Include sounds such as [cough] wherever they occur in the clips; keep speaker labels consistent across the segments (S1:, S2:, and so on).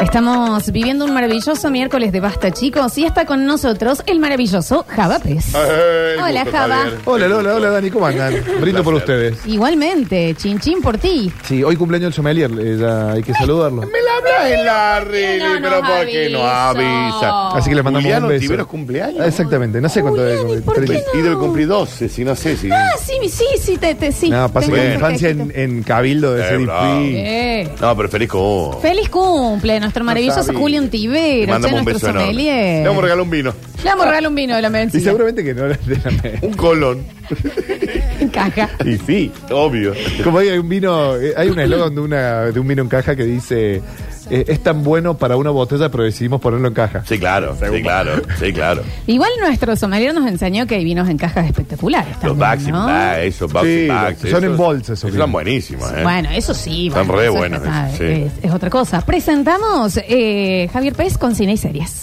S1: Estamos viviendo un maravilloso miércoles de basta, chicos, y está con nosotros el maravilloso Java Pez.
S2: Ay, el
S1: Hola,
S2: gusto,
S1: Java.
S2: Javier.
S3: Hola Lola, hola Dani, ¿cómo andan? Brindo por ustedes.
S1: Igualmente, chin chin por ti.
S3: Sí, hoy cumpleaños el sommelier, eh, ya hay que saludarlo.
S2: Me la hablas en la
S1: no
S2: Rini,
S1: nos
S2: pero ¿por qué no
S1: avisa?
S2: avisa?
S3: Así que le mandamos
S2: Juliano
S3: un beso.
S2: Tiveros cumpleaños.
S3: Ah, Exactamente, no sé cuánto
S1: Julián, ¿y
S3: es.
S1: por qué
S2: Y debe cumplir 12, si no sé si.
S1: Ah, sí, sí, sí, te, te- sí.
S3: No, pasa
S1: Tengo
S3: que
S1: un
S3: la infancia en,
S1: fresquecito.
S3: en Cabildo debe
S2: Eh,
S3: ser
S2: bravo.
S3: difícil.
S1: Eh.
S2: No, pero feliz con.
S1: Feliz cumple, nuestro maravilloso
S2: sabía.
S1: Julián
S2: Le
S1: Tibero,
S2: mandamos un
S1: nuestro
S2: beso enorme.
S1: sommelier.
S2: Le vamos a regalar un vino.
S1: Le vamos a regalar un vino de la
S3: Y
S1: mencilla.
S3: seguramente que no era de la me-
S2: Un colón.
S1: En caja.
S2: [laughs] Y sí, obvio.
S3: Como hay un vino, eh, hay un eslogan de, una- de un vino en caja que dice, eh, es tan bueno para una botella, pero decidimos ponerlo en caja.
S2: Sí, claro, sí, claro, sí, claro.
S1: Igual nuestro sommelier nos enseñó que hay vinos en cajas espectaculares
S2: Los
S1: también,
S2: Baxi
S1: ¿no?
S2: Bags, esos Baxi
S3: Sí,
S2: Bags,
S3: son
S2: esos-
S3: en bolsa esos
S2: Están
S3: vinos.
S2: buenísimos, ¿eh?
S1: Bueno, eso sí.
S2: Están
S1: bueno,
S2: re
S1: eso
S2: buenos,
S1: está-
S2: sí.
S1: Es, es otra cosa. Presentamos eh, Javier Pérez con Cine y Series.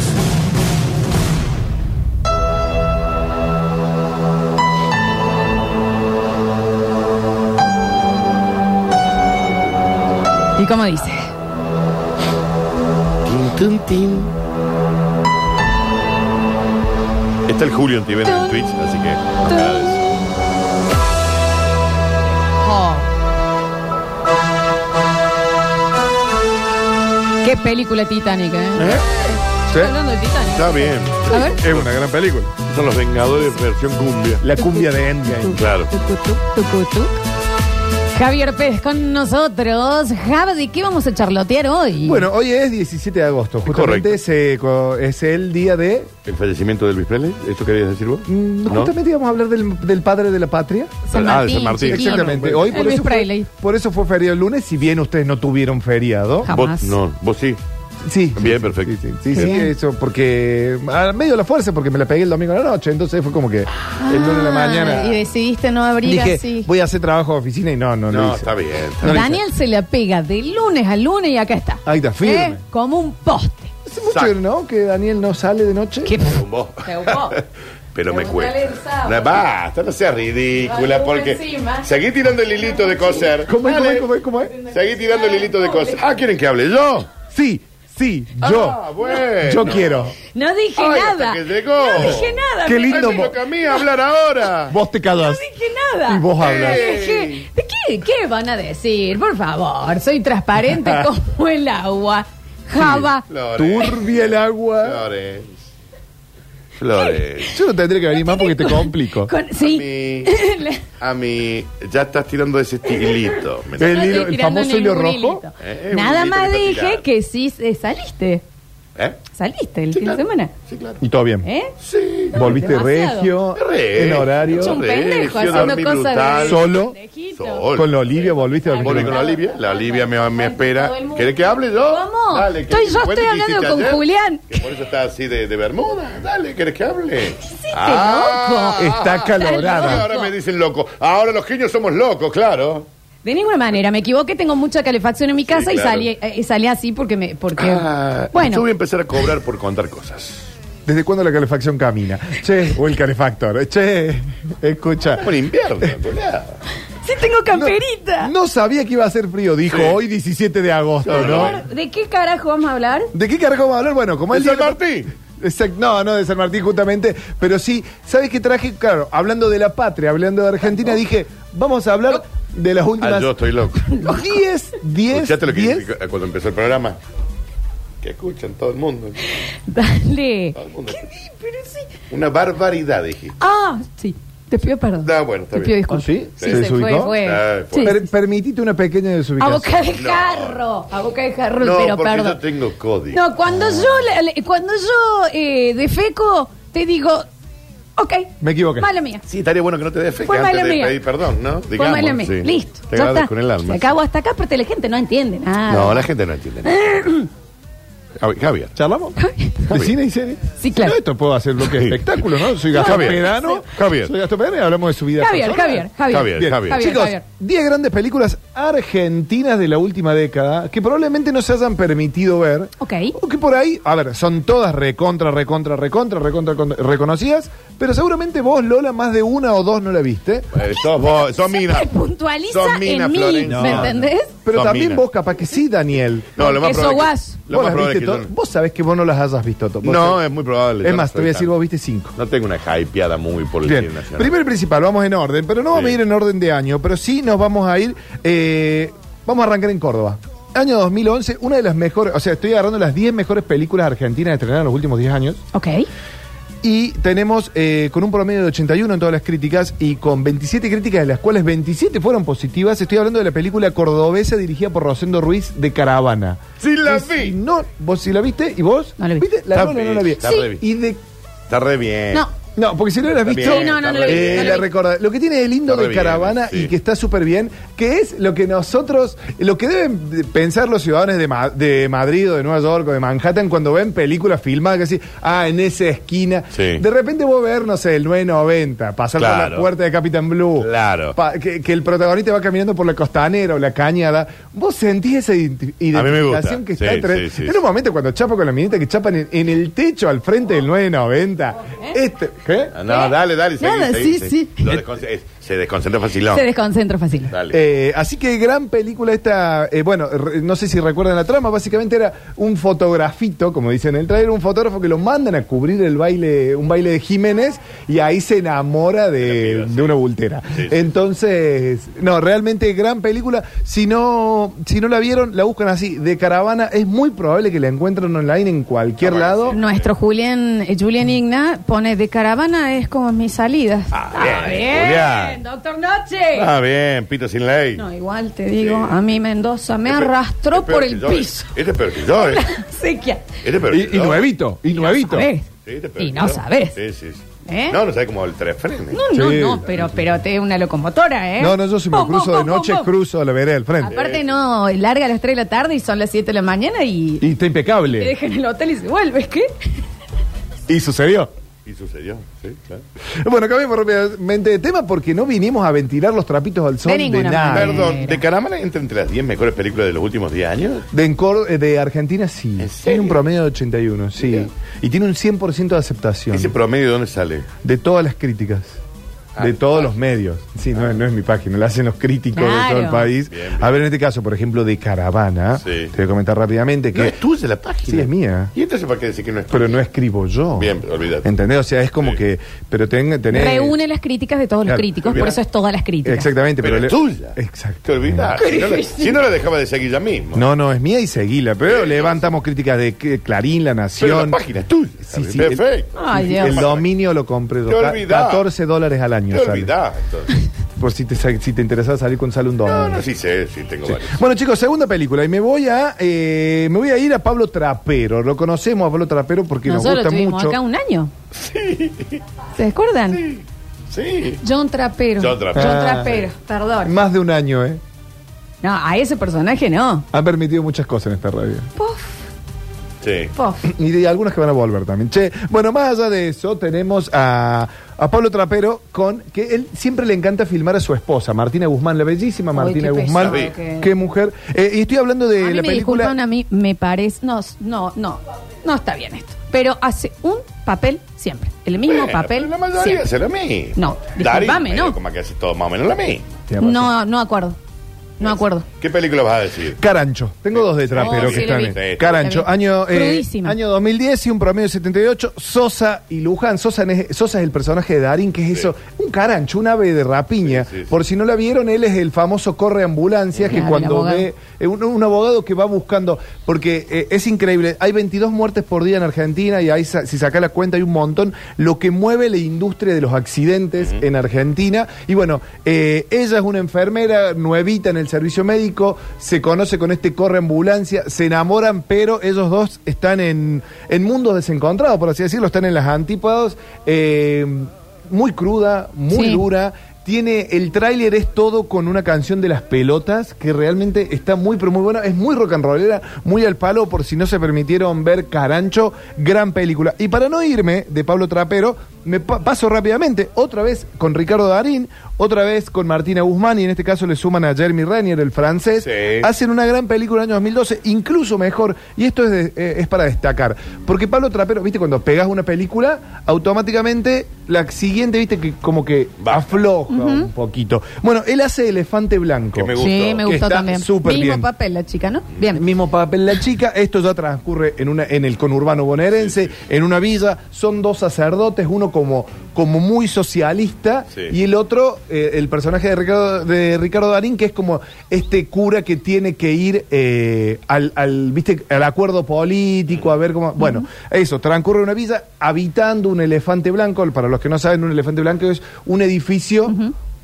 S1: ¿Y cómo dice?
S2: Está el Julio en Tibet en Twitch, así que.
S1: Oh. Qué película titánica, ¿eh?
S2: ¿Eh?
S3: ¿Sí?
S1: Hablando de Titanic.
S2: Está bien.
S1: A ver.
S3: Es una gran película.
S2: Son los Vengadores versión cumbia.
S3: La cumbia de Endgame.
S2: Claro.
S1: Tucutuc, tucutuc. Javier Pérez con nosotros. Javi, ¿de qué vamos a charlotear hoy?
S3: Bueno, hoy es 17 de agosto, justamente
S2: Correcto.
S3: se co- es el día de
S2: ¿El fallecimiento de Elvis Presley? ¿Eso querías decir vos?
S3: Mm,
S2: ¿No?
S3: Justamente íbamos a hablar del, del padre de la patria.
S1: San
S2: ah,
S1: Martín.
S2: San Martín.
S1: chiquillo.
S3: Exactamente.
S2: no,
S3: Hoy por
S1: Elvis
S3: eso,
S1: Presley.
S3: fue, por eso fue feriado el lunes, si bien ustedes no tuvieron feriado.
S1: Ja- jamás.
S2: Vos, no, vos sí.
S3: Sí.
S2: Bien,
S3: sí,
S2: perfecto.
S3: Sí, sí, sí,
S1: Bien.
S3: sí, eso, porque al medio de la fuerza, porque me la pegué el domingo a la noche, entonces fue como que el lunes a la mañana.
S1: Ah, Y decidiste no abrir
S3: dije,
S1: así.
S3: voy a hacer trabajo de oficina y no, no, lo
S2: No,
S3: hice.
S2: está bien. está
S3: No lo hice.
S1: Daniel se la pega de lunes a lunes y acá está.
S3: Ahí está, firme.
S1: ¿Eh? Como un poste.
S3: Hace mucho
S2: Exacto.
S3: que no, que Daniel no sale de noche.
S1: ¿Qué?
S2: bien con vos.
S1: Te
S3: [laughs]
S1: gustó.
S2: Pero
S1: Te
S2: me
S1: gustó el
S2: cuesta.
S1: sábado.
S2: No, basta, no seas ridícula,
S1: Vale,
S2: porque
S1: encima.
S2: seguí tirando el hilito de coser.
S3: ¿Cómo es, cómo
S2: Dale.
S3: es, cómo es, cómo es?
S2: Seguí tirando el hilito de coser. Ah, ¿quieren que hable yo?
S3: Sí, sí, yo.
S2: Ah, bueno.
S3: Yo quiero.
S1: No dije
S2: Ay, hasta
S1: nada.
S2: que llegó.
S1: No dije nada.
S3: Qué
S1: me
S3: lindo
S1: dije-
S2: Me toca a mí hablar ahora.
S3: Vos te callas.
S1: No dije nada.
S3: Y vos hablas.
S1: No dije- ¿De qué, qué van a decir? Por favor, soy
S3: [laughs]
S1: transparente como el agua. Java.
S2: Flores.
S3: Turbia el agua.
S2: Flores. Flores.
S3: Yo no tendría que venir más porque te complico.
S1: Con- sí.
S2: Mi-
S1: [laughs] Le-
S2: A mí, ya estás tirando ese hilito. ¿me
S3: El
S1: no
S3: hilo-
S1: estoy
S3: el
S1: tirando
S3: famoso hilo
S1: ningún
S3: rojo.
S1: hilito.
S2: Eh, un
S1: Nada
S2: hilito
S1: más
S2: que está
S1: dije
S2: tirado.
S1: que sí eh, saliste.
S2: ¿Eh?
S1: Saliste el fin de semana.
S2: Sí, claro.
S3: Y todo bien.
S1: ¿Eh?
S2: Sí.
S3: Volviste
S1: demasiado.
S3: regio,
S2: Re-
S3: en horario.
S1: Es un
S2: Re-
S1: pendejo
S2: Regio,
S1: haciendo
S2: dormí
S1: cosas
S2: brutal.
S1: de
S3: Solo.
S1: pendejito.
S2: Sol.
S3: Con la Olivia volviste a
S2: Volví con la Olivia. La Olivia me, me espera. ¿Querés que hable yo?
S1: ¿Cómo?
S2: Dale, que-
S1: Estoy-
S2: que
S1: yo
S2: cuente
S1: estoy
S2: qué
S1: hablando
S2: hiciste
S1: con
S2: ayer,
S1: Julián.
S2: Que por eso está así de, de Bermuda. Dale, ¿querés que hable?
S1: loco?
S3: Está
S2: Y
S3: calorada.
S2: ahora me dicen loco. Ahora los genios somos locos, claro.
S1: De ninguna manera, me equivoqué, tengo mucha calefacción en mi casa y,
S2: claro.
S1: salí, eh, y salí así porque me... Porque,
S2: Ah,
S1: bueno,
S2: Yo voy a empezar a cobrar por contar cosas.
S3: ¿Desde cuándo la calefacción camina? Che, o el calefactor. Che, escucha.
S2: Por invierno,
S3: [laughs]
S2: boludo.
S1: sí tengo camperita.
S3: No sabía que iba a hacer frío, dijo
S2: Sí.
S3: hoy 17 de agosto, ¿no?
S1: ¿De qué carajo vamos a
S3: [laughs]
S1: hablar?
S3: ¿De qué carajo vamos a hablar? Bueno, como
S2: ¿De
S3: el día
S2: San Martín?
S3: Exacto, no, no de San Martín justamente, pero sí, ¿sabes qué traje? Claro, hablando de la patria, hablando de Argentina, dije, vamos a hablar de las
S2: Ah,
S3: últimas
S2: yo estoy loco.
S3: 10, 10,
S2: Escuchaste lo que
S3: 10.
S2: dije cuando empezó el programa. Que escuchan todo el mundo.
S1: Dale.
S2: Todo el mundo escucha.
S1: Pero sí.
S2: Una barbaridad, dije.
S1: Ah, sí, te pido perdón.
S2: Ah, bueno, está
S1: te pido
S2: bien.
S1: disculpas.
S3: ¿Ah, sí?
S1: Sí,
S3: ¿Se
S1: se, fue,
S3: desubicó?
S1: fue.
S2: Ah, fue.
S1: Sí, Ah,
S3: Per-
S1: sí.
S3: permitite una pequeña
S1: A
S3: desubicación.
S1: boca de
S2: No.
S1: jarro, a boca de jarro,
S2: No,
S1: pero
S2: porque
S1: perdón.
S2: yo Ah. tengo código.
S1: No, cuando yo, le- le- cuando yo eh, defeco, te digo, ok.
S3: Me equivoqué.
S1: Mala mía.
S2: Sí, estaría bueno que no te des fe,
S1: Fue
S2: que antes
S1: mala
S2: de
S1: mía.
S2: pedir perdón, ¿no?
S1: Fue mala mía.
S2: sí.
S1: Listo.
S2: Te
S1: ya
S2: agradezco
S1: está.
S2: con el
S1: Se
S2: alma. sí.
S1: acabó hasta acá, pero la gente no entiende nada. [clears throat]
S2: No, la gente no entiende nada. Javi- Javier.
S3: ¿Charlamos? ¿De cine y serie?
S1: Sí, claro.
S3: No, esto puedo hacer lo que es
S2: Sí.
S3: espectáculo, ¿no? Soy
S2: No,
S3: Gastón
S2: Javier.
S3: Pedano.
S2: Javier.
S3: Soy Gastón Pedano y hablamos de su vida.
S1: Javier,
S3: personal.
S1: Javier, Javier.
S2: Javier,
S1: Bien.
S2: Javier.
S3: Chicos,
S1: Javier.
S3: 10 grandes películas argentinas de la última década que probablemente no se hayan permitido ver.
S1: Ok.
S3: O que por ahí, a ver, son todas recontra, recontra, recontra, recontra con- reconocidas, pero seguramente vos, Lola, más de una o dos no la viste.
S2: Eh, sos vos,
S1: [laughs]
S2: sos mina.
S1: Siempre puntualiza
S2: Sos mina,
S1: en mí,
S2: Florencia.
S1: ¿me
S2: No,
S1: entendés?
S3: Pero
S2: Son
S3: también
S2: minas.
S3: vos, capaz que sí, Daniel.
S2: No, lo más
S1: Eso
S2: probable. es
S1: guas.
S2: que- Lo
S3: vos,
S2: más
S3: las
S2: probable
S3: viste
S2: es que
S3: todas.
S2: yo no-
S3: vos sabés que vos no las hayas visto. Toto. Vos
S2: No,
S3: sabés.
S2: es muy probable.
S3: Es
S2: yo
S3: más,
S2: no
S3: te voy
S2: soy
S3: a decir,
S2: tan-
S3: vos viste cinco.
S2: No tengo una hypeada muy por el
S3: Bien,
S2: cine nacional.
S3: primero y principal, vamos en orden, pero no vamos a
S2: Sí.
S3: ir en orden de año, pero sí nos vamos a ir, eh, vamos a arrancar en Córdoba. Año 2011, una de las mejores, o sea, estoy agarrando las 10 mejores películas argentinas estrenadas en los últimos 10 años,
S1: Ok.
S2: Eh,
S3: y tenemos eh, con un promedio de 81 en todas las críticas y con 27 críticas, de las cuales 27 fueron positivas, estoy hablando de la película cordobesa dirigida por Rosendo Ruiz de Caravana.
S2: Sí la
S3: Que
S2: vi.
S3: si No, vos sí la viste y vos...
S1: No la vi.
S3: ¿Viste? La
S2: La
S3: Lola
S2: vi,
S3: no la vi.
S2: la
S3: Sí.
S2: revi.
S3: Y de
S2: Está re bien.
S1: No.
S3: no, porque si no hubieras
S2: Está
S3: visto. eh,
S2: bien, Sí, no, no está lo re vi, bien. no lo
S3: la
S1: vi.
S3: recordás. Lo que tiene el lindo
S2: Está re
S3: de
S2: bien,
S3: caravana
S2: sí.
S3: y que está súper bien, que es lo que nosotros, lo que deben de- pensar los ciudadanos de, Ma- de Madrid o de Nueva York o de Manhattan cuando ven películas filmadas que así, ah, en esa esquina.
S2: Sí.
S3: De repente vos ver, no sé, el 990, pasar por la
S2: Claro.
S3: puerta de Capitán Blue.
S2: Claro.
S3: pa- que, que el protagonista va caminando por la costanera o la cañada. Vos sentís esa identi-
S2: A mí me gusta.
S3: identificación que está
S2: Sí,
S3: entre.
S2: sí, sí,
S3: en
S2: sí.
S3: un momento cuando chapa con la minita que chapan en, en el techo al frente del 990. Este, ¿qué?
S2: Ah, No, dale, dale. seguí,
S1: ¿Eh? Nada,
S2: seguí,
S1: sí,
S2: seguí.
S1: sí.
S2: Lo desconce- es- se desconcentra facilón.
S1: Se desconcentra fácil.
S2: Dale.
S3: Eh, así que gran película esta, eh, bueno, re- no sé si recuerdan la trama, básicamente era un fotografito, como dicen en el trailer, un fotógrafo que lo mandan a cubrir el baile, un baile de Jiménez y ahí se enamora
S2: De
S3: de,
S2: la piba, sí.
S3: de una bultera.
S2: Sí, sí.
S3: Entonces, no, realmente gran película. Si no, si no la vieron, la buscan así, de caravana, es muy probable que la encuentren online en cualquier
S2: Ah, bueno,
S3: lado.
S2: sí.
S1: Nuestro Julián, eh, Julián Igna pone de caravana es como mis salidas.
S2: Mm. Ah,
S1: Está
S2: bien, Julián.
S1: doctor Noche.
S2: Ah, bien, pito sin ley.
S1: No, igual te digo,
S2: Sí.
S1: a mí Mendoza me
S2: Es pe-
S1: arrastró
S2: es peor
S1: por
S2: que
S1: el
S2: yo,
S1: piso. [laughs]
S2: eh. Este es peor que yo, eh.
S1: Sequía.
S2: Este es peor que
S3: Y, y
S2: yo.
S3: nuevito, y nuevito.
S1: ¿Sabes?
S2: Sí, este es peor
S1: Y
S2: que
S1: no
S2: yo.
S1: sabes.
S2: Sí, sí, sí.
S1: ¿Eh?
S2: No, no sabes cómo el eh. tres frenes.
S1: No, no,
S3: Sí.
S1: no, pero, pero te una locomotora, ¿eh?
S3: No, no, yo si me
S1: Pum,
S3: cruzo
S1: pum,
S3: de
S1: pum,
S3: noche,
S1: pum, pum.
S3: cruzo la vereda al
S2: eh.
S3: frente.
S1: Aparte, no, larga a las 3 de la tarde y son las 7 de la mañana y,
S3: Y está impecable.
S1: te dejan en el hotel y se vuelves, ¿qué?
S3: Y sucedió.
S2: Y sucedió, sí, claro.
S3: Bueno, cambiamos rápidamente de tema porque no vinimos a ventilar los trapitos al sol de,
S1: ninguna
S3: nada.
S1: manera.
S2: Perdón, ¿de Caramana entra entre las 10 mejores películas de los últimos 10 años?
S3: De, Encor- eh, de Argentina sí.
S2: ¿En
S3: Tiene
S2: serio?
S3: un promedio de 81, sí.
S2: Mira.
S3: Y tiene un 100% de aceptación.
S2: ¿Ese promedio de dónde sale?
S3: De todas las críticas.
S2: Ah,
S3: de todos los medios. Sí, no, no es mi página, la hacen los críticos de
S1: Claro.
S3: todo el país.
S2: Bien, bien.
S3: A ver, en este caso, por ejemplo, de Caravana.
S2: Sí.
S3: Te voy a comentar rápidamente que...
S2: No, es tuya la página.
S3: Sí, es mía.
S2: ¿Y entonces para qué decir que no es tuya?
S3: Pero no escribo yo.
S2: Bien, olvídate.
S3: ¿Entendés? O sea, es como
S2: Sí.
S3: que... Pero ten, tenés...
S1: Reúne las críticas de todos los
S3: Claro.
S1: críticos, por
S2: Bien.
S1: eso es todas las críticas.
S3: Exactamente.
S2: Pero
S3: le-
S2: es tuya.
S3: Exacto.
S2: Te olvidás. Si no, la, si no la dejaba de seguir ya mismo.
S3: No, no, es mía y seguila, pero
S2: Sí,
S3: levantamos críticas de que- Clarín, La
S2: Pero
S3: Nación.
S2: la página es tuya.
S3: Sí, sí, el-
S2: Perfecto.
S1: Ay, Dios.
S3: El dominio lo compré yo.
S2: Te
S3: ca-
S2: olvidás.
S3: 14 dólares al año.
S2: Te
S3: sale.
S2: olvidás, entonces.
S3: Por si te, sa- si te interesaba salir con sale un
S2: No,
S3: dólar.
S2: no, sí sé, sí tengo
S3: Sí.
S2: varios.
S3: Bueno chicos, segunda película y me voy a eh, me voy a ir a Pablo Trapero. Lo conocemos a Pablo Trapero porque
S1: Nosotros
S3: nos gusta
S1: tuvimos
S3: mucho.
S1: acá un año. ¿Se acuerdan?
S2: Sí.
S1: John Trapero.
S2: John Trapero.
S1: John
S3: Ah.
S1: Trapero, perdón.
S3: Más de un año, ¿eh?
S1: No, a ese personaje no.
S3: Han permitido muchas cosas en esta radio.
S1: Pof,
S2: Sí.
S1: pof.
S3: [coughs] Y de algunas que van a volver también. Che, bueno, más allá de eso, tenemos a, a Pablo Trapero con que él siempre le encanta filmar a su esposa, Martina Guzmán, la bellísima
S1: Uy,
S3: Martina
S1: qué
S3: Guzmán.
S1: pesado que-
S3: Qué mujer. Eh, y estoy hablando de
S1: A mí
S3: la
S1: me
S3: película.
S1: disculpan, a mí me parece... No, no, no, no está bien esto. Pero hace un papel siempre. El mismo
S2: Bueno,
S1: papel
S2: pero La mayoría
S1: siempre.
S2: hace lo mismo.
S1: No,
S2: Darín,
S1: disculpame,
S2: medio
S1: ¿no?
S2: Como que hace todo más o menos lo mismo.
S1: No, no acuerdo. No acuerdo.
S2: ¿Qué película vas a decir?
S3: Carancho. Tengo dos de trapero
S1: Oh,
S3: que
S1: sí, la
S3: están.
S1: vi.
S3: en-
S2: Sí, sí,
S3: Carancho.
S1: la vi.
S3: Año, eh,
S1: Crudísima.
S3: año 2010 y un promedio de 78. Sosa y Luján. Sosa, en es, Sosa es el personaje de Darín, que es eso. Un carancho, un ave de rapiña.
S2: Sí, sí, sí.
S3: Por si no la vieron, él es el famoso corre ambulancia que
S1: Claro, el
S3: cuando
S1: abogado.
S3: ve. eh, un, un abogado que va buscando. Porque eh, es increíble. Hay 22 muertes por día en Argentina y ahí, sa- si saca la cuenta, hay un montón. Lo que mueve la industria de los accidentes en Argentina. Y bueno, eh, ella es una enfermera nuevita en el servicio médico. Se conoce con este corre ambulancia. Se enamoran, pero ellos dos están en, en mundos desencontrados, por así decirlo. Están en las antípodas. eh, muy cruda, muy
S1: Sí.
S3: dura. Tiene, el tráiler es todo con una canción de las pelotas que realmente está muy, pero muy buena. Es muy rock and rollera, muy al palo, por si no se permitieron ver Carancho, gran película. Y para no irme de Pablo Trapero, me pa- paso rápidamente, otra vez con Ricardo Darín, otra vez con Martina Guzmán, y en este caso le suman a Jeremy Renier, el francés.
S2: Sí.
S3: Hace hacen una gran película en el año 2012, incluso mejor, y esto es, de- eh, es para destacar, porque Pablo Trapero, viste, cuando pegas una película, automáticamente la siguiente, viste, que como que
S2: Baja.
S3: afloja un poquito. Bueno, él hace Elefante Blanco.
S2: Que me gustó.
S1: Sí, me
S3: Que
S1: gustó
S3: está
S1: también.
S3: súper
S1: Mismo
S3: bien.
S1: papel la chica, ¿no? Bien.
S3: Mismo papel la chica, esto ya transcurre en una en el conurbano bonaerense, en una villa, son dos sacerdotes, uno como, como muy socialista
S2: Sí.
S3: y el otro, eh, el personaje de Ricardo, de Ricardo Darín, que es como este cura que tiene que ir eh, al, al, ¿viste? al acuerdo político, a ver cómo... Bueno, eso, transcurre una villa habitando un elefante blanco, para los que no saben, un elefante blanco es un edificio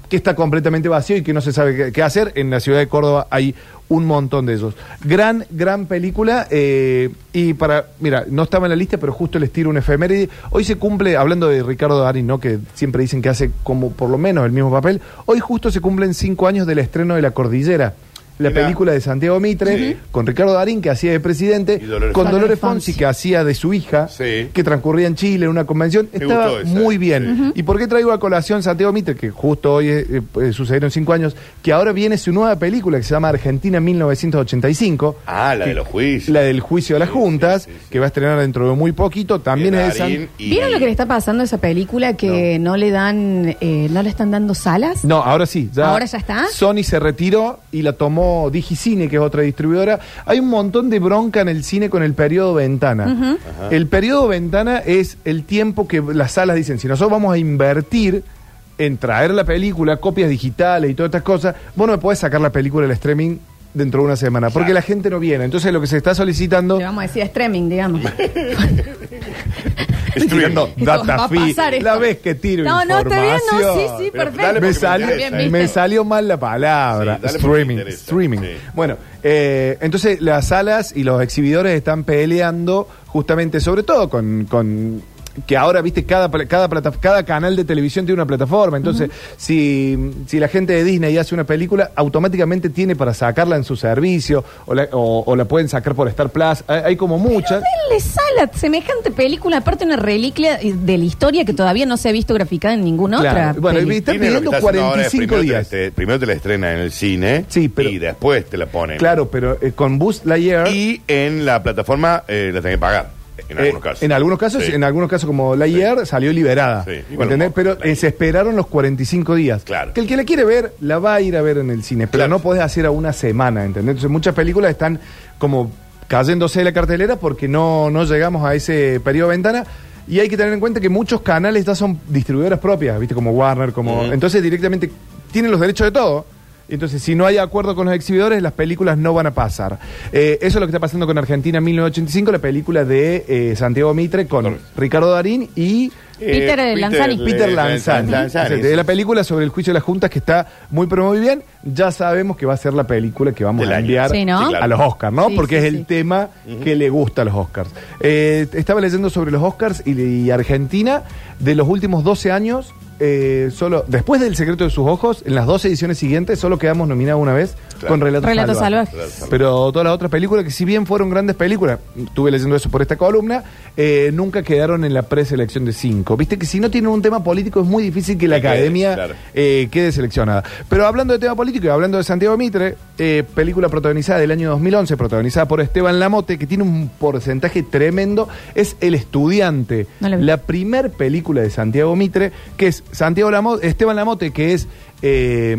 S3: que está completamente vacío y que no se sabe qué, qué hacer. En la ciudad de Córdoba hay un montón de ellos. Gran, gran película. eh, y para, mira, no estaba en la lista, pero justo les tiro un efeméride. Hoy se cumple, hablando de Ricardo Darín, ¿no? que siempre dicen que hace como por lo menos el mismo papel, hoy justo se cumplen cinco años del estreno de La Cordillera. La
S2: Mirá.
S3: película de Santiago Mitre,
S2: Sí.
S3: con Ricardo Darín, que hacía de presidente,
S2: Y Dolores
S3: con
S1: Fonsi. Dolores
S3: Dolores Fonsi,
S1: Fonsi.
S3: que hacía de su hija,
S2: Sí.
S3: que transcurría en Chile en una convención.
S2: Me
S3: Estaba
S2: gustó esa,
S3: muy
S2: eh.
S3: bien.
S2: Sí.
S3: ¿Y por qué traigo a colación Santiago Mitre, que justo hoy eh, eh, sucedieron cinco años, que ahora viene su nueva película que se llama Argentina 1985?
S2: Ah, la
S3: que-
S2: de los juicios.
S3: La del juicio de las juntas, que va a estrenar dentro de muy poquito, también
S2: Bien,
S3: es de San-
S2: Eh, Darín y-
S1: ¿Vieron lo que le está pasando a esa película que no, le dan, eh, no le están dando salas?
S3: No, ahora sí.
S1: ¿Ahora ya está?
S3: Sony se retiró y la tomó Digicine, que es otra distribuidora. Hay un montón de bronca en el cine con el periodo ventana. El periodo ventana es el tiempo que las salas dicen, si nosotros vamos a invertir en traer la película, copias digitales y todas estas cosas, vos no me podés sacar la película del streaming dentro de una semana, porque la gente no viene. Entonces lo que se está solicitando...
S1: Le vamos a decir streaming,
S2: [laughs]
S1: digamos.
S3: Tirando
S1: Esto va
S3: [laughs] data
S1: a
S3: fee,
S1: pasar
S3: la
S1: esto.
S3: vez que tiro
S1: No, no, está bien, no,
S3: información.
S1: sí, sí,
S2: Pero
S1: perfecto.
S2: dale
S3: me,
S2: porque
S3: salió,
S2: interesa,
S1: Bien,
S3: me
S1: ¿viste?
S3: salió mal la palabra.
S2: Sí, dale porque
S3: streaming.
S2: me interesa,
S3: streaming.
S2: sí.
S3: Bueno, eh, entonces las salas y los exhibidores están peleando justamente, sobre todo con. con- que ahora, viste, cada, pla- cada, plata- cada canal de televisión tiene una plataforma. Entonces, si, si la gente de Disney hace una película, automáticamente tiene para sacarla en su servicio o la, o- o la pueden sacar por Star Plus. Hay, hay como muchas.
S1: Denle sala, semejante película, aparte una reliquia de la historia que todavía no se ha visto graficada en ninguna
S3: Claro.
S1: otra.
S3: Bueno,
S1: peli.
S3: y viste- Están
S2: Disney lo que
S3: pidiendo
S2: está haciendo ahora es
S3: 45
S2: primero te la
S3: días.
S2: estre- primero te la estrena en el cine
S3: Sí, pero-
S2: y después te la ponen.
S3: Claro, pero eh, con Boost Lightyear.
S2: Y en la plataforma eh, la tenés que pagar, en
S3: Eh,
S2: algunos casos.
S3: En algunos casos,
S2: Sí.
S3: en algunos casos como la IR, salió liberada.
S2: Sí. Y bueno,
S3: ¿Entendés?
S2: no,
S3: Pero
S2: la
S3: eh,
S2: IR.
S3: se esperaron los 45 días.
S2: Claro.
S3: Que el que la quiere ver, la va a ir a ver en el cine. Pero
S2: Claro.
S3: no podés hacer a una semana, ¿entendés? Entonces muchas películas están como cayéndose de la cartelera porque no, no llegamos a ese periodo de ventana. Y hay que tener en cuenta que muchos canales ya son distribuidoras propias, ¿viste? Como Warner, como...
S2: Ujú.
S3: Entonces directamente tienen los derechos de todo. Entonces, si no hay acuerdo con los exhibidores, las películas no van a pasar. Eh, eso es lo que está pasando con Argentina 1985, la película de eh, Santiago Mitre con
S2: Correcto.
S3: Ricardo Darín y
S1: Peter Lanzani.
S3: Peter Lanzani.
S2: Eh, Lanzani,
S3: De la película sobre el juicio de las juntas que está muy pero muy bien, ya sabemos que va a ser la película que vamos
S2: Del
S3: a
S2: año.
S3: enviar
S1: Sí, ¿no? Sí,
S2: claro.
S3: a los Oscars, ¿no?
S1: Sí,
S3: Porque
S1: sí,
S3: es el
S1: sí.
S3: tema que le gusta a los Oscars. Eh, estaba leyendo sobre los Oscars y, y Argentina de los últimos 12 años. eh, solo después del secreto de sus ojos, en las 12 ediciones siguientes, solo quedamos nominados una vez
S2: Claro.
S3: con Relatos
S1: Relatos
S3: Salvajes.
S1: Salvajes.
S3: Pero todas las otras películas, que si bien fueron grandes películas, estuve leyendo eso por esta columna, eh, nunca quedaron en la preselección de cinco. Viste que si no tienen un tema político es muy difícil que la
S2: Que quede,
S3: academia
S2: claro.
S3: eh, quede seleccionada. Pero hablando de tema político y hablando de Santiago Mitre, eh, película protagonizada del año 2011, protagonizada por Esteban Lamote, que tiene un porcentaje tremendo, es El Estudiante,
S1: No la vi.
S3: la primer película de Santiago Mitre, que es Santiago Lamo- Esteban Lamote, que es eh,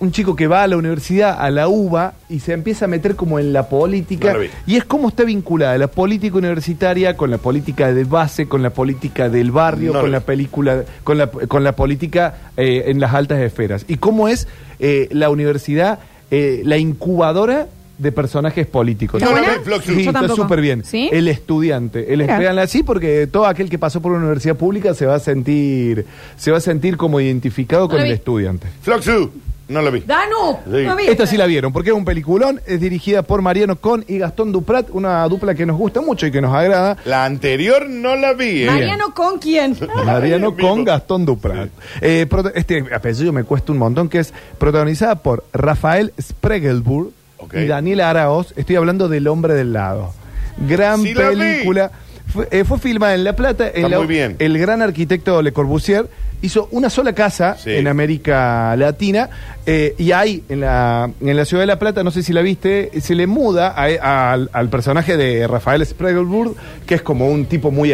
S3: un chico que va a la universidad, a la UBA, y se empieza a meter como en la política.
S2: No la vi.
S3: Y es cómo está vinculada la política universitaria con la política de base, con la política del barrio,
S2: No la
S3: con la
S2: vi.
S3: película, con la, con la política eh, en las altas esferas. Y cómo es eh, la universidad, eh, la incubadora de personajes políticos.
S1: ¿Está
S2: No,
S1: buena?
S2: no, no, Flox,
S3: Sí,
S2: Yo
S3: está
S1: tampoco.
S3: súper bien.
S1: ¿Sí?
S3: El estudiante. El
S1: Mira.
S3: estudiante así porque todo aquel que pasó por una universidad pública se va a sentir, se va a sentir como identificado
S1: No
S3: con
S1: la
S3: el
S1: vi.
S3: estudiante.
S2: Floxu, No lo vi.
S1: Danu,
S2: Sí.
S1: ¿no viste?
S3: Esta sí la vieron, porque es un peliculón, es dirigida por Mariano Con y Gastón Duprat, una dupla que nos gusta mucho y que nos agrada.
S2: La anterior no la vi, ¿eh?
S1: Mariano, ¿con quién?
S3: [laughs] Mariano
S2: Amigo.
S3: con Gastón Duprat. Eh, prota- este apellido me cuesta un montón, que es protagonizada por Rafael Spregelburg
S2: Ok.
S3: y Daniel Araoz. Estoy hablando del Hombre del Lado. Gran
S2: Sí, la vi.
S3: película. Fue, eh, fue filmada en La Plata. En
S2: Está
S3: la-
S2: muy bien.
S3: El gran arquitecto Le Corbusier hizo una sola casa
S2: Sí.
S3: en América Latina eh, y ahí, en la, en la ciudad de La Plata, no sé si la viste, se le muda a- a- al, al personaje de Rafael Spregelburg, que es como un tipo muy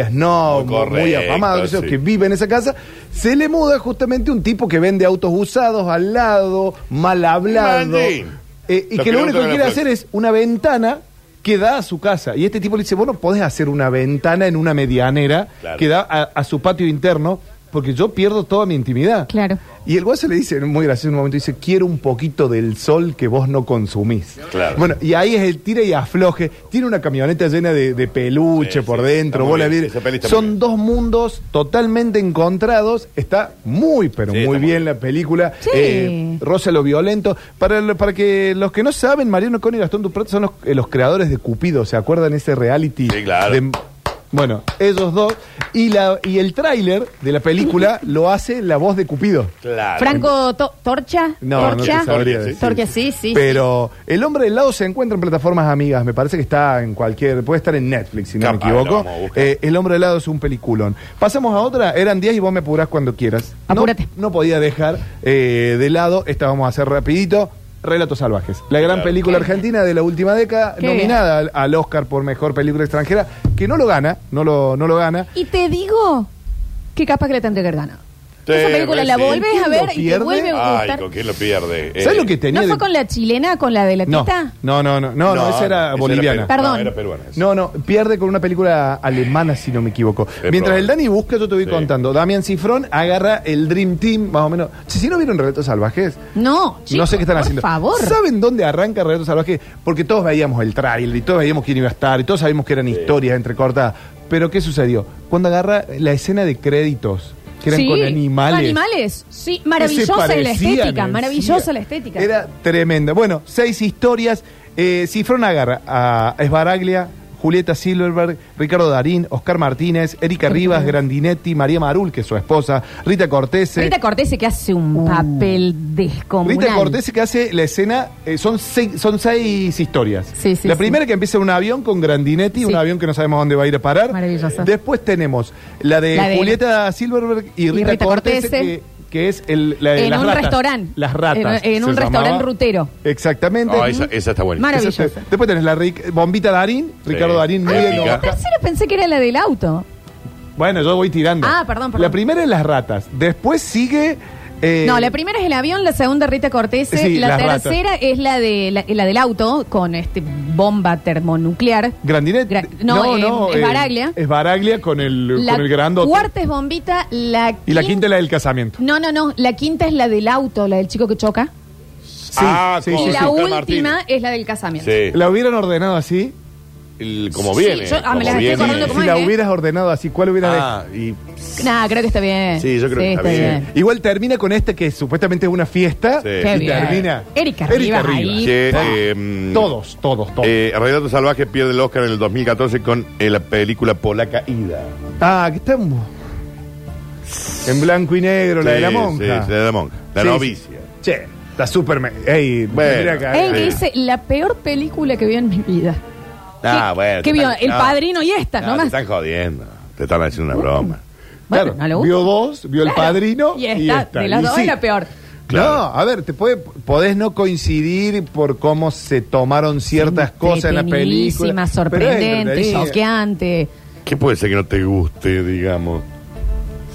S2: Muy
S3: snob, muy
S2: correcto,
S3: afamado, qué sé yo,
S2: sí.
S3: que vive en esa casa, se le muda justamente un tipo que vende autos usados al lado, mal hablado,
S2: Mandy.
S3: eh, y
S2: Los
S3: que lo
S2: que
S3: único que
S2: nunca
S3: quiere
S2: ganan
S3: hacer
S2: plata.
S3: es una ventana que da a su casa. Y este tipo le dice, vos no podés hacer una ventana en una medianera
S2: Claro.
S3: que da a, a su patio interno, porque yo pierdo toda mi intimidad.
S1: Claro.
S3: Y el guaso le dice, muy gracioso en un momento, dice, quiero un poquito del sol que vos no consumís.
S2: Claro.
S3: Bueno, y ahí es el tira y afloje. Tiene una camioneta llena de, de peluche
S2: Sí,
S3: por
S2: sí, está
S3: dentro,
S2: muy
S3: bola
S2: bien,
S3: de-
S2: esa peli está muy
S3: Son
S2: bien.
S3: dos mundos totalmente encontrados. Está muy, pero
S2: Sí,
S3: muy
S2: está muy
S3: bien la película.
S1: Sí.
S3: Eh, rosa lo violento. Para, lo- para que los que no saben, Mariano Con y Gastón Duprat son los, eh, los creadores de Cupido. ¿Se acuerdan ese reality?
S2: Sí, claro.
S3: de- bueno, ellos dos. Y, la, y el tráiler de la película lo hace la voz de Cupido.
S2: Claro.
S1: Franco To- Torcha.
S3: No, no
S1: Torcha.
S3: te sabría decir.
S1: Torcha, sí, sí.
S3: Pero El Hombre del Lado se encuentra en plataformas amigas. Me parece que está en cualquier. Puede estar en Netflix, si no
S2: Capaz,
S3: me
S2: lo
S3: equivoco.
S2: vamos a buscar.
S3: Eh, el Hombre del Lado es un peliculón. Pasamos a otra. Eran 10 y vos me apurás cuando quieras. No-
S1: Apúrate.
S3: No, podía dejar eh, de lado. Esta vamos a hacer rapidito. Relatos Salvajes, la gran
S2: Claro.
S3: película
S1: Qué bien.
S3: argentina de la última década,
S1: Qué
S3: nominada al, al Oscar por Mejor Película Extranjera, que no lo gana, no lo, no lo gana.
S1: Y te digo que capaz que le tendría que haber ganado.
S2: Sí,
S1: Esa película
S2: re
S1: la
S2: sí.
S1: volvés a
S3: ¿Quién
S1: ver
S3: lo
S1: y te
S3: pierde?
S1: vuelve a
S2: Ay,
S1: gustar.
S2: ¿con quién lo pierde? Eh,
S3: ¿Sabes lo que tenía?
S1: ¿No fue
S3: de-
S1: con la chilena, con la de la
S3: no,
S1: tita?
S3: no, no, no, no, no, esa era boliviana.
S2: peru-
S1: Perdón.
S2: No, era peruana. esa.
S3: No, no, pierde con una película alemana, si no me equivoco. Mientras
S2: probable.
S3: el Dani busca, yo te voy
S2: Sí.
S3: contando. Damián Cifrón agarra el Dream Team, más o menos. Si, si no vieron Relatos Salvajes,
S1: No,
S3: no
S1: chicos,
S3: sé qué están haciendo.
S1: Por favor.
S3: ¿Saben dónde arranca Relatos Salvajes? Porque todos veíamos el trailer y todos veíamos quién iba a estar y todos sabíamos que eran historias entrecortadas. Pero ¿qué sucedió? Cuando agarra la escena de créditos, que eran
S1: Sí,
S3: con animales.
S1: Animales, sí,
S3: Se
S1: maravillosa
S3: parecían,
S1: la estética,
S3: decía.
S1: maravillosa la estética.
S3: Era tremenda. Bueno, seis historias. Eh, Cifrón agarra a Esbaraglia, Julieta Silverberg, Ricardo Darín, Oscar Martínez, Erika Rivas, Grandinetti, María Marul, que es su esposa, Rita Cortese.
S1: Rita Cortese que hace un papel descomunal.
S3: Uh. Rita Cortés que hace la escena, eh, son, seis, son seis historias.
S1: Sí, sí,
S3: la
S1: sí.
S3: primera que empieza en un avión con Grandinetti,
S1: Sí.
S3: un avión que no sabemos dónde va a ir a parar.
S1: Maravilloso.
S3: Después tenemos la de,
S1: La de-
S3: Julieta Silverberg y Rita,
S1: Rita
S3: Cortese,
S1: Cortese.
S3: que, que es el, la de
S1: En
S3: las
S1: un
S3: ratas.
S1: restaurante.
S3: Las ratas.
S1: En- en
S3: se
S1: un restaurante rutero.
S3: Exactamente.
S2: No, Ah, esa, esa está buena.
S1: Mara-
S3: Esa
S1: maravillosa.
S3: te- Después tenés la Ric- Bombita Darín, Ricardo Darín, muy
S2: Ah,
S3: bien.
S2: mira.
S1: La
S3: Oca-
S1: tercera pensé que era la del auto.
S3: Bueno, yo voy tirando.
S1: Ah, perdón, perdón.
S3: La primera es las ratas. Después sigue. eh,
S1: no, la primera es el avión, la segunda Rita Cortese,
S3: Sí,
S1: la
S3: las ratas.
S1: tercera es la de la, la del auto con este bomba termonuclear.
S3: Grandinetti.
S1: Gra- no, eh, es Baraglia.
S3: Es Baraglia con el,
S1: La
S3: con el grandote.
S1: cuarta es bombita, la quinta,
S3: Y la quinta es la del casamiento.
S1: No, no, no, la quinta es la del auto, la del chico que choca.
S3: Sí,
S2: Ah,
S3: sí,
S2: con-
S3: sí,
S1: y
S3: sí.
S1: la
S2: Oscar
S1: última
S2: Martínez.
S1: es la del casamiento.
S2: Sí.
S3: ¿La hubieran ordenado así?
S2: El- como
S1: Sí,
S2: viene.
S1: yo- ah, me
S2: como
S1: las estoy
S2: viene.
S1: acordando como- ¿Cómo
S3: Si
S1: es,
S3: la
S1: eh?
S3: hubieras ordenado así, ¿cuál hubieras
S2: Ah, y
S1: Nah, creo que está bien.
S2: Sí, yo creo que está bien.
S3: dejado? Igual termina con esta que supuestamente es una fiesta.
S2: Sí.
S1: Qué
S3: Y
S1: bien.
S3: termina.
S1: Erika Rivas ahí.
S2: que,
S3: Ah.
S2: eh,
S3: Todos, todos, todos.
S2: Eh, Relato Salvaje pierde el Oscar en el 2014 con eh, la película polaca Ida.
S3: Ah, que estamos. En blanco y negro, la de la monja.
S2: Sí, sí, la de la monja. La
S3: Sí,
S2: novicia.
S3: sí. Che, está súper. me- Ey,
S2: Bueno.
S3: tendría que- eh,
S1: Él
S2: Sí.
S1: dice la peor película que vi en mi vida.
S2: Ah,
S1: ¿Qué-
S2: bueno.
S1: qué
S2: te
S1: vio?
S2: están-
S1: El Padrino y esta,
S2: no,
S1: nomás.
S2: Te están jodiendo. Te están haciendo una broma.
S1: Bueno,
S3: Claro,
S1: no le gusta.
S3: vio dos, vio el padrino
S1: Y esta, de las
S3: Y
S1: dos
S3: sí.
S1: es la peor.
S2: Claro.
S3: No, a ver, te puede, podés no coincidir por cómo se tomaron ciertas cosas en la película.
S1: Entretenidísima,
S3: Pero es
S1: sorprendente,
S3: entretenida.
S1: choqueante.
S2: ¿Qué puede ser que no te guste, digamos?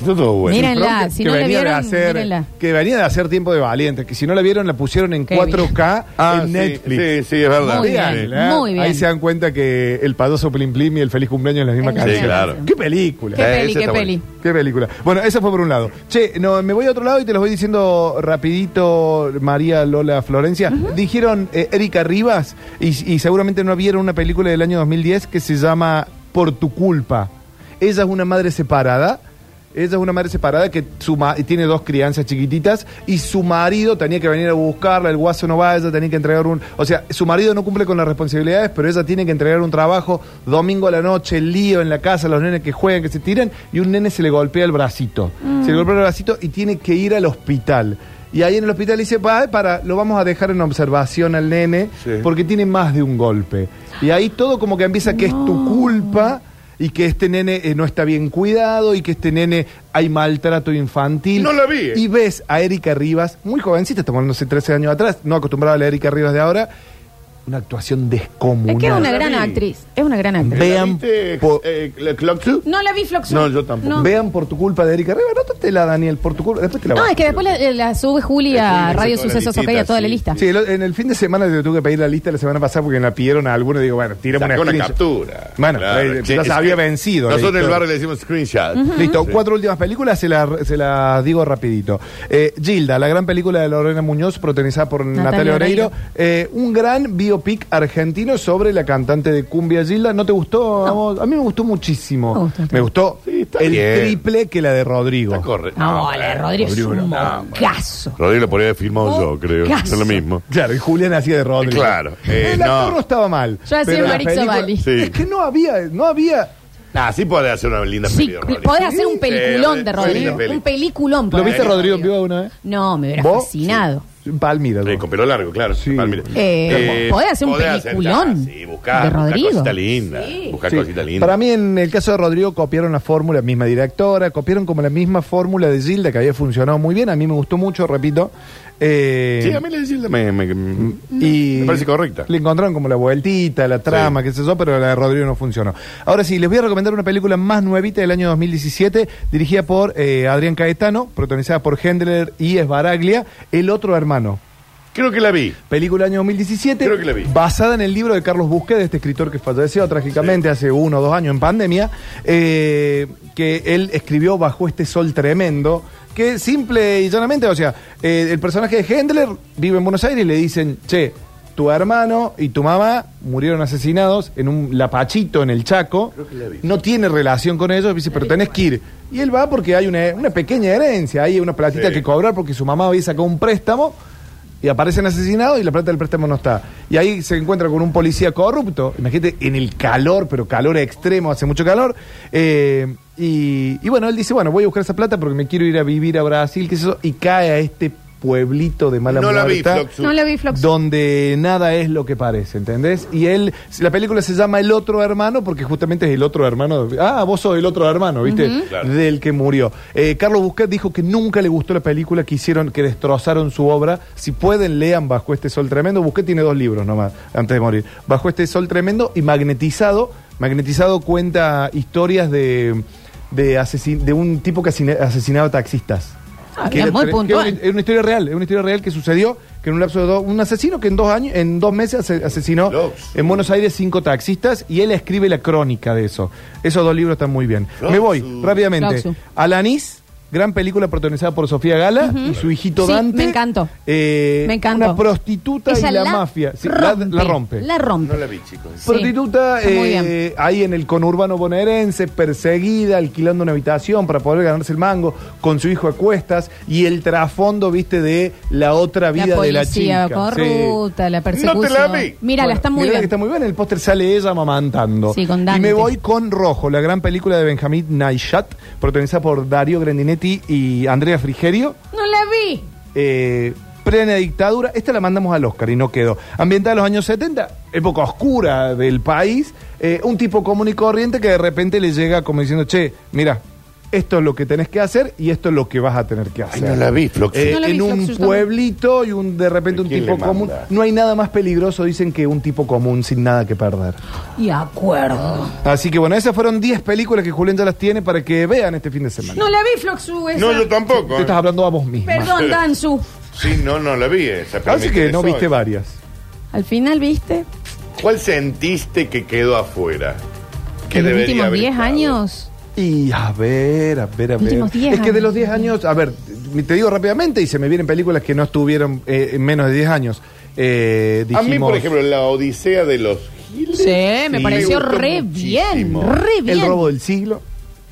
S2: Está todo bueno.
S1: Mira,
S3: Pero
S1: Mírenla,
S3: que-
S1: si
S3: que
S1: no la
S3: venía de
S1: vieron,
S3: hacer-
S1: mírenla.
S3: Que venía de hacer tiempo de valientes, que si no la vieron la pusieron en
S1: Qué
S3: 4K
S2: Ah,
S3: en
S2: sí,
S3: Netflix.
S2: Sí, sí, es verdad.
S1: Muy bien.
S2: Sí.
S3: Véanla.
S1: muy bien.
S3: Ahí se dan cuenta que el padoso Plim Plim y el feliz cumpleaños es la misma
S1: Sí,
S3: canción.
S2: claro.
S3: Qué película.
S1: Qué
S2: Eh,
S1: peli,
S2: esa
S1: qué
S2: está
S1: peli.
S3: Qué película. Bueno, eso fue por un lado. Che, no, me voy a otro lado y te los voy diciendo rapidito, María Lola Florencia. Dijeron eh, Erika Rivas y, y seguramente no vieron una película del año 2010 que se llama Por tu culpa. Ella es una madre separada Ella es una madre separada que su ma- tiene dos crianzas chiquititas y su marido tenía que venir a buscarla, el guaso no va, ella tenía que entregar un... O sea, su marido no cumple con las responsabilidades, pero ella tiene que entregar un trabajo domingo a la noche, el lío en la casa, los nenes que juegan, que se tiran, y un nene se le golpea el bracito. Se le golpea el bracito y tiene que ir al hospital. Y ahí en el hospital dice, para, para, lo vamos a dejar en observación al nene,
S2: Sí.
S3: porque tiene más de un golpe. Y ahí todo como que empieza que es tu culpa y que este nene eh, no está bien cuidado y que este nene hay maltrato infantil.
S2: No la vi, eh.
S3: Y ves a Erika Rivas, muy jovencita, estamos hablando hace 13 años atrás, no acostumbrada a la Erika Rivas de ahora, una actuación descomunal.
S1: Es que es una
S2: la
S1: gran
S2: vi.
S1: actriz. Es una gran actriz.
S3: Vean
S2: ¿La viste,
S3: po-
S2: eh, la Clock Two?
S1: No la vi Floxu.
S2: No, yo tampoco.
S1: No,
S3: Vean por tu culpa de Erika Rivas, anótatela, Daniel, por tu culpa, después te la
S1: No,
S3: bajo.
S1: es que después la, la sube Juli a
S2: Después le
S1: Radio
S2: hice toda la
S1: Sucesos
S2: listita,
S1: ok, a toda la
S2: sí.
S1: lista.
S3: Sí, el- en el fin de semana te tuve que pedir la lista la semana pasada porque la pidieron a alguno y digo, bueno, tirame
S2: Sacó una
S3: screenshot.
S2: captura.
S3: Bueno,
S2: Claro.
S3: eh,
S2: Sí,
S3: ya
S2: es
S3: se había
S2: que
S3: vencido. la
S2: Nosotros en el
S3: historia.
S2: barrio le decimos screenshot.
S3: Listo,
S2: Sí.
S3: cuatro últimas películas, se las se las digo rapidito. Eh, Gilda, la gran película de Lorena Muñoz, protagonizada por Natalia,
S1: Natalia
S3: Oreiro.
S1: Oreiro.
S3: Eh, un gran biopic argentino sobre la cantante de cumbia Gilda. ¿No te gustó? amor? A mí me gustó muchísimo.
S1: Me gustó.
S3: Me gustó
S2: Sí, está
S3: el
S2: bien.
S3: triple que la de Rodrigo.
S2: Está correcto.
S1: No, vale, Rodrigo es un Oh,
S2: no,
S1: moncazo.
S2: Rodrigo lo podría haber filmado yo, creo.
S1: Moncazo.
S2: Es lo mismo.
S3: Claro, y Julián hacía de Rodrigo.
S2: Claro, eh,
S3: el actor no.
S2: no.
S3: estaba mal.
S1: Yo hacía
S3: pero la
S1: Maric
S3: película-
S1: Zavalli.
S2: Sí.
S3: Es que no había, no había.
S2: Ah, sí podés hacer una linda
S1: Sí,
S2: película, Rodrigo.
S1: podés hacer un
S2: Sí,
S1: peliculón
S2: sí,
S1: de
S2: una linda
S1: Rodrigo.
S2: peli.
S1: Un peliculón.
S3: ¿Lo
S1: podés
S3: viste
S1: hacer,
S3: Rodrigo en vivo una vez?
S1: No, me hubiera
S3: ¿Vos?
S1: fascinado.
S3: Palmira.
S2: Sí,
S3: vos.
S2: con pelo largo, claro.
S3: Sí.
S2: Ah, mire.
S1: Eh, podés hacer un peliculón
S2: ah, sí, buscar,
S1: de
S2: buscar
S1: Rodrigo.
S2: cosita linda. Buscar
S3: Sí.
S2: cosita linda.
S3: Para mí, en el caso de Rodrigo, copiaron la fórmula, misma directora, copiaron como la misma fórmula de Gilda que había funcionado muy bien. A mí me gustó mucho, repito. Eh,
S2: Sí, a mí la de Gilda me, me- me-
S3: y
S2: me parece correcta.
S3: Le encontraron como la vueltita, la trama,
S2: Sí.
S3: qué sé yo, pero la de Rodrigo no funcionó. Ahora sí, les voy a recomendar una película más nuevita del año 2017, dirigida por eh, Adrián Caetano, protagonizada por Hendler y Esbaraglia, El Otro Hermano.
S2: Creo que la vi.
S3: Película año 2017,
S2: Creo que la vi.
S3: basada en el libro de Carlos Busquets, este escritor que falleció trágicamente hace uno o dos años en pandemia, eh, que él escribió bajo este sol tremendo, que simple y llanamente, o sea, eh, el personaje de Hendler vive en Buenos Aires y le dicen, che, tu hermano y tu mamá murieron asesinados en un lapachito en el Chaco, no tiene relación con ellos, dice, pero tenés que ir. Y él va porque hay una, una pequeña herencia, hay una platita
S2: Sí.
S3: que cobrar porque su mamá había sacado un préstamo y aparecen asesinados y la plata del préstamo no está. Y ahí se encuentra con un policía corrupto, imagínate, en el calor, pero calor extremo, hace mucho calor. eh, y, y bueno, él dice, bueno, voy a buscar esa plata porque me quiero ir a vivir a Brasil, qué sé yo, y cae a este pueblito de mala
S2: no la vi,
S3: muerta
S2: Floxu.
S1: No la vi Floxu.
S3: donde nada es lo que parece, ¿entendés? Y él, la película se llama El otro hermano porque justamente es el otro hermano. de- Ah, vos sos el otro hermano, ¿viste?
S2: Claro.
S3: Del que murió. Eh, Carlos Busquets dijo que nunca le gustó la película que hicieron, que destrozaron su obra. Si pueden, lean Bajo este sol tremendo. Busquets tiene dos libros nomás, antes de morir. Bajo este sol tremendo y Magnetizado. Magnetizado cuenta historias de, de, asesin- de un tipo que asine- asesinaba taxistas.
S1: Ah,
S3: Que
S1: era
S3: era
S1: muy
S3: tre- que
S1: puntual.
S3: era una- es una historia real, es una historia real que sucedió, que en un lapso de dos, un asesino que en dos años, en dos meses ase- asesinó
S2: Lox.
S3: en Buenos Aires cinco taxistas y él escribe la crónica de eso. Esos dos libros están muy bien.
S2: Loxu.
S3: Me voy rápidamente.
S1: Loxu.
S3: Alanis. Gran película protagonizada por Sofía Gala y su hijito
S1: Sí,
S3: Dante.
S1: me encantó.
S3: Eh,
S1: Me encantó.
S3: Una prostituta
S1: Ella
S3: y la, mafia. Sí, la- la rompe.
S1: La rompe.
S2: No la vi, chicos.
S1: Sí.
S3: Prostituta
S1: Está muy
S3: eh,
S1: bien.
S3: ahí en el conurbano bonaerense, perseguida, alquilando una habitación para poder ganarse el mango, con su hijo a cuestas y el trasfondo, viste, de la otra vida
S1: la
S3: de la
S1: policía
S3: chica.
S1: corrupta, la persecución.
S2: No te la vi.
S1: Mírala, está muy
S3: Mirá
S1: bien.
S3: que está muy bien. En el póster sale ella amamantando.
S1: Sí, con
S3: Y
S1: Dante.
S3: me voy con Rojo, la gran película de Benjamín Naishat, protagonizada por Darío Grandinetti y Andrea Frigerio
S1: No la vi.
S3: eh, plena dictadura. Esta la mandamos al Oscar y no quedó. Ambientada en los años 70, época oscura del país. eh, un tipo común y corriente que de repente le llega como diciendo, che, mira, esto es lo que tenés que hacer y esto es lo que vas a tener que
S2: Ay,
S3: hacer.
S2: no la vi, Floxu.
S3: Eh,
S1: No la vi,
S3: en un
S1: Floxu, yo
S3: pueblito y un de repente
S2: ¿A
S3: un
S2: quién
S3: tipo
S2: le
S3: común.
S2: manda?
S3: No hay nada más peligroso, dicen, que un tipo común sin nada que perder.
S1: Y acuerdo.
S3: Así que bueno, esas fueron 10 películas que Julián ya las tiene para que vean este fin de semana.
S1: No la vi, Floxu. esa.
S2: no, yo tampoco. ¿eh?
S3: Te estás hablando a vos misma.
S1: Perdón, Danzu.
S2: Sí, no, no la vi. Esa, pero
S3: Así
S2: me
S3: que
S2: interesó
S3: no viste
S2: esa.
S3: varias.
S1: Al final, ¿viste?
S2: ¿Cuál sentiste que quedó afuera?
S1: Que los
S2: debería
S1: últimos
S2: haber
S1: 10
S2: estado?
S1: años.
S3: Y a ver, a ver, a ver.
S1: Últimos 10
S3: es que de
S1: años.
S3: los 10 años, a ver, te- te digo rápidamente y se me vienen películas que no estuvieron eh, en menos de 10 años. Eh,
S2: A mí,
S3: dijimos,
S2: por ejemplo, la Odisea de los Giles.
S1: Sí, me pareció
S2: gustó
S1: re
S2: muchísimo.
S1: bien, re bien.
S3: El robo del siglo.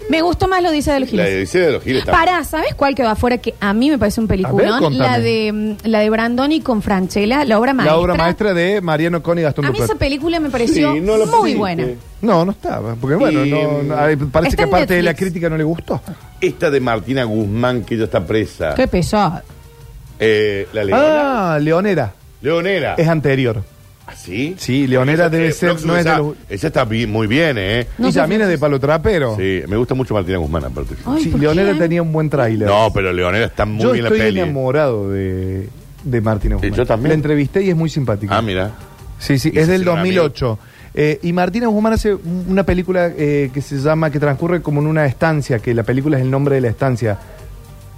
S1: Me gustó más lo dice de los
S2: La
S1: Giles.
S2: Odisea de los Giles también.
S1: Pará, ¿sabes cuál quedó afuera que a mí me parece un
S3: A ver,
S1: peliculón?
S3: contame.
S1: la de mm, la de Brandoni con Franchella, la obra maestra.
S3: La obra maestra de Mariano Coni y Gastón
S1: A mí
S3: Duplass.
S1: esa película me pareció
S2: Sí, no la
S1: muy
S2: pusiste.
S1: buena.
S3: No, no estaba. Porque bueno,
S2: Y, mm,
S3: no, no, ay, parece
S1: está
S3: que
S1: en
S3: aparte de la
S1: Netflix.
S3: crítica no le gustó.
S2: Esta de Martina Guzmán, que ella está presa.
S1: Qué pesado.
S2: Eh, la Leonera.
S3: Ah, Leonera.
S2: Leonera.
S3: Es anterior.
S2: ¿Ah, sí?
S3: Sí, Leonera debe ser-
S2: Floxus
S3: no es de
S2: esa-
S3: los-
S2: Esa está bi- muy bien, ¿eh?
S1: No
S3: y
S1: sé
S3: también
S1: si-
S3: es de palo trapero. Sí,
S2: Sí, me gusta mucho Martina Guzmán, aparte.
S1: Ay, ¿por
S3: Leonera
S1: qué?
S3: tenía un buen tráiler.
S2: No, pero Leonera está muy
S3: Ah, Yo
S2: bien la
S3: estoy
S2: peli. ¿eh?
S3: enamorado de, de Martín Guzmán.
S2: yo también.
S3: La entrevisté y es muy simpático.
S2: Ah, mira.
S3: Sí, sí,
S2: Y
S3: es
S2: se
S3: del
S2: hicieron
S3: 2008. Eh, y Martina Guzmán hace un- una película eh, que se llama, que transcurre como en una estancia, que la película es el nombre de la estancia.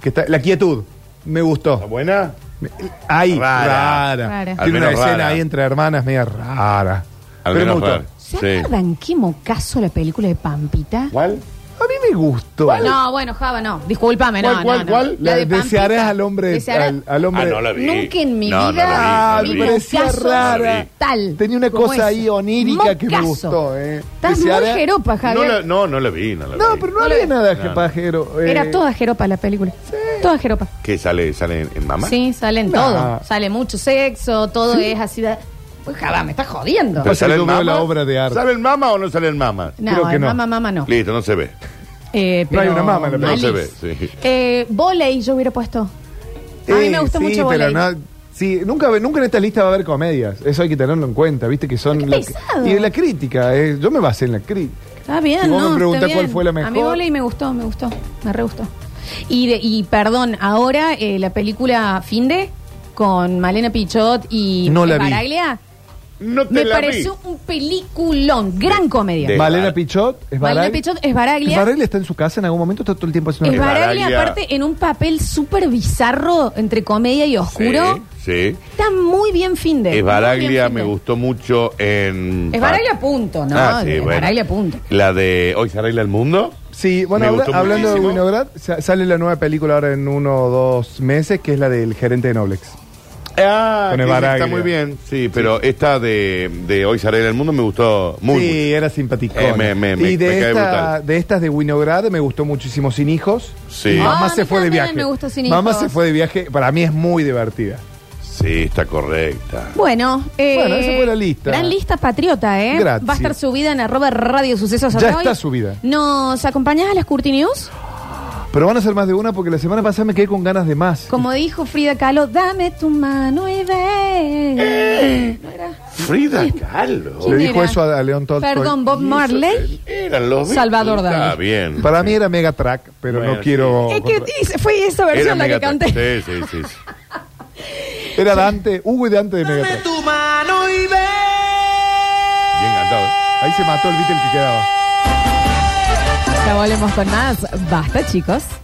S3: Que está, la quietud. Me
S2: ¿Está
S3: gustó.
S2: buena?
S3: Ahí,
S2: Rara.
S3: rara.
S1: Rara.
S2: Al
S3: Tiene una
S2: menos
S3: escena
S2: rara.
S3: ahí entre hermanas media rara.
S2: Al
S3: Pero me
S2: menos
S3: gustó.
S2: rara.
S1: ¿Se
S2: Sí.
S1: acuerdan qué mocazo la película de Pampita?
S2: ¿Cuál?
S3: A mí me gustó.
S1: No, bueno, Java, no. Discúlpame, no.
S3: ¿Cuál,
S1: no,
S3: cuál,
S1: no.
S3: cuál? La,
S1: Pampita.
S3: desearás al hombre.
S1: Deseará-
S3: Al, al hombre.
S2: Ah, no la vi.
S1: Nunca en mi
S2: No, no
S1: vida
S2: la
S3: Ah,
S2: vi,
S1: mi
S2: no la vi.
S3: me parecía
S1: mocazo
S2: rara.
S1: Tal,
S3: Tenía una
S1: como
S3: cosa ahí
S1: ese.
S3: onírica que me
S1: Mocazo.
S3: gustó, eh.
S1: Estás
S3: Deseará-
S1: muy jeropa,
S2: No,
S1: Javier.
S2: la, no, no la vi, no la
S3: No,
S2: vi.
S3: pero no
S1: No
S3: había
S1: le-
S3: nada
S2: No, no.
S3: jepajero. eh.
S1: Era toda jeropa la película. Toda jeropa.
S2: ¿Qué sale? ¿Sale en, en mamá?
S1: Sí, salen
S3: Nah.
S1: todo. Sale mucho sexo, todo es así. de- Pues Java, me estás jodiendo.
S2: ¿Pero
S3: Pasa
S2: sale
S3: que
S2: en
S3: yo veo
S2: mamá?
S3: la obra de arte.
S2: ¿Sale en mamá o no sale en mamá?
S1: no,
S3: creo que
S1: eh,
S3: no.
S1: mamá, mamá no.
S2: Listo, no se ve.
S1: Eh,
S3: No hay
S1: pero
S3: una mamá en la
S2: No se ve,
S1: Alice.
S2: sí.
S1: Eh, volei yo hubiera puesto. A mí
S3: Eh,
S1: me gusta
S3: sí,
S1: mucho
S3: pero
S1: volei.
S3: no- sí, nunca, ve- nunca en esta lista va a haber comedias. Eso hay que tenerlo en cuenta, viste que son.
S1: Qué
S3: la-
S1: pesado.
S3: y la crítica, eh, yo me basé en la crítica.
S1: Está bien,
S3: Si vos
S1: ¿no?
S3: me preguntás
S1: está
S3: cuál
S1: bien.
S3: fue la
S1: A mí
S3: mejor.
S1: volei me gustó, me gustó, me re gustó. Y, de- y perdón, ahora eh, la película Finde con Malena Pichot y
S3: No la vi.
S1: Baraglia
S2: No te
S1: me
S2: la
S1: pareció un peliculón, gran comedia.
S2: de-
S3: Malena
S2: Bar-
S3: Pichot es
S1: Malena
S3: Baraglia.
S1: Pichot es Baraglia.
S3: ¿Es Baraglia está en su casa en algún momento, está todo el tiempo haciendo.
S1: Es
S2: Es
S1: Baraglia,
S2: Baraglia.
S1: aparte, en un papel súper bizarro entre comedia y
S2: vi.
S1: oscuro.
S2: Sí, sí.
S1: Está muy bien Finde.
S2: Es
S1: muy bien
S2: Baraglia,
S1: Finde.
S2: me gustó mucho en...
S1: Es Baraglia punto, ¿no?
S2: Ah, sí,
S1: Es
S2: bueno.
S1: Baraglia punto.
S2: La de Hoy se arregla el mundo.
S3: Sí, bueno,
S2: Me
S3: habla-
S2: gustó
S3: hablando de
S2: muchísimo.
S3: Winograd, sa- sale la nueva película ahora en uno o dos meses, que es la del gerente de Noblex.
S2: Ah,
S3: Con el
S2: esa
S3: Baraglia.
S2: está muy bien, sí, pero esta de, de Hoy se arregla el mundo me gustó muy
S3: sí,
S2: mucho.
S3: era simpático.
S2: Eh, me- me- me-
S3: y de,
S2: me cae
S3: esta-
S2: brutal.
S3: de estas de Winograd me gustó muchísimo Sin Hijos.
S2: Sí.
S3: Mamá
S1: Ah, a mí
S3: se fue de
S1: también
S3: viaje.
S1: me gustó Sin
S3: Mamá
S1: Hijos.
S3: se fue de viaje. Para mí es muy divertida.
S2: Sí, está correcta.
S1: Bueno, eh,
S3: Bueno, esa fue la lista.
S1: Gran lista patriota, ¿eh?
S3: Gracias.
S1: Va a estar subida en arroba radio sucesos.
S3: Ya
S1: Hasta
S3: está
S1: hoy.
S3: subida.
S1: ¿Nos acompañás a las Curti News?
S3: Pero van a ser más de una porque la semana pasada me quedé con ganas de más.
S1: Como dijo Frida Kahlo, dame tu mano y
S3: Eh,
S1: ve. ¿No era?
S2: Frida Kahlo.
S1: ¿Quién
S3: Le dijo
S1: era?
S3: eso a, a León Tolstoy.
S1: Perdón, Bob Marley.
S2: Eran los
S1: Salvador
S2: Beatles,
S1: Dalí.
S2: Está bien.
S3: Para mí era mega track, pero
S2: Bueno,
S3: no quiero.
S1: Es que dice- fue esa versión
S2: Era
S1: la que
S2: Megatron.
S1: canté.
S2: Sí, sí, sí, sí.
S3: Era Dante, Hugo y Dante de mega track.
S4: tu mano y ve.
S2: Bien cantado. ¿eh?
S3: Ahí se mató el Beatle que quedaba.
S1: Ya volvemos con más. Basta, chicos.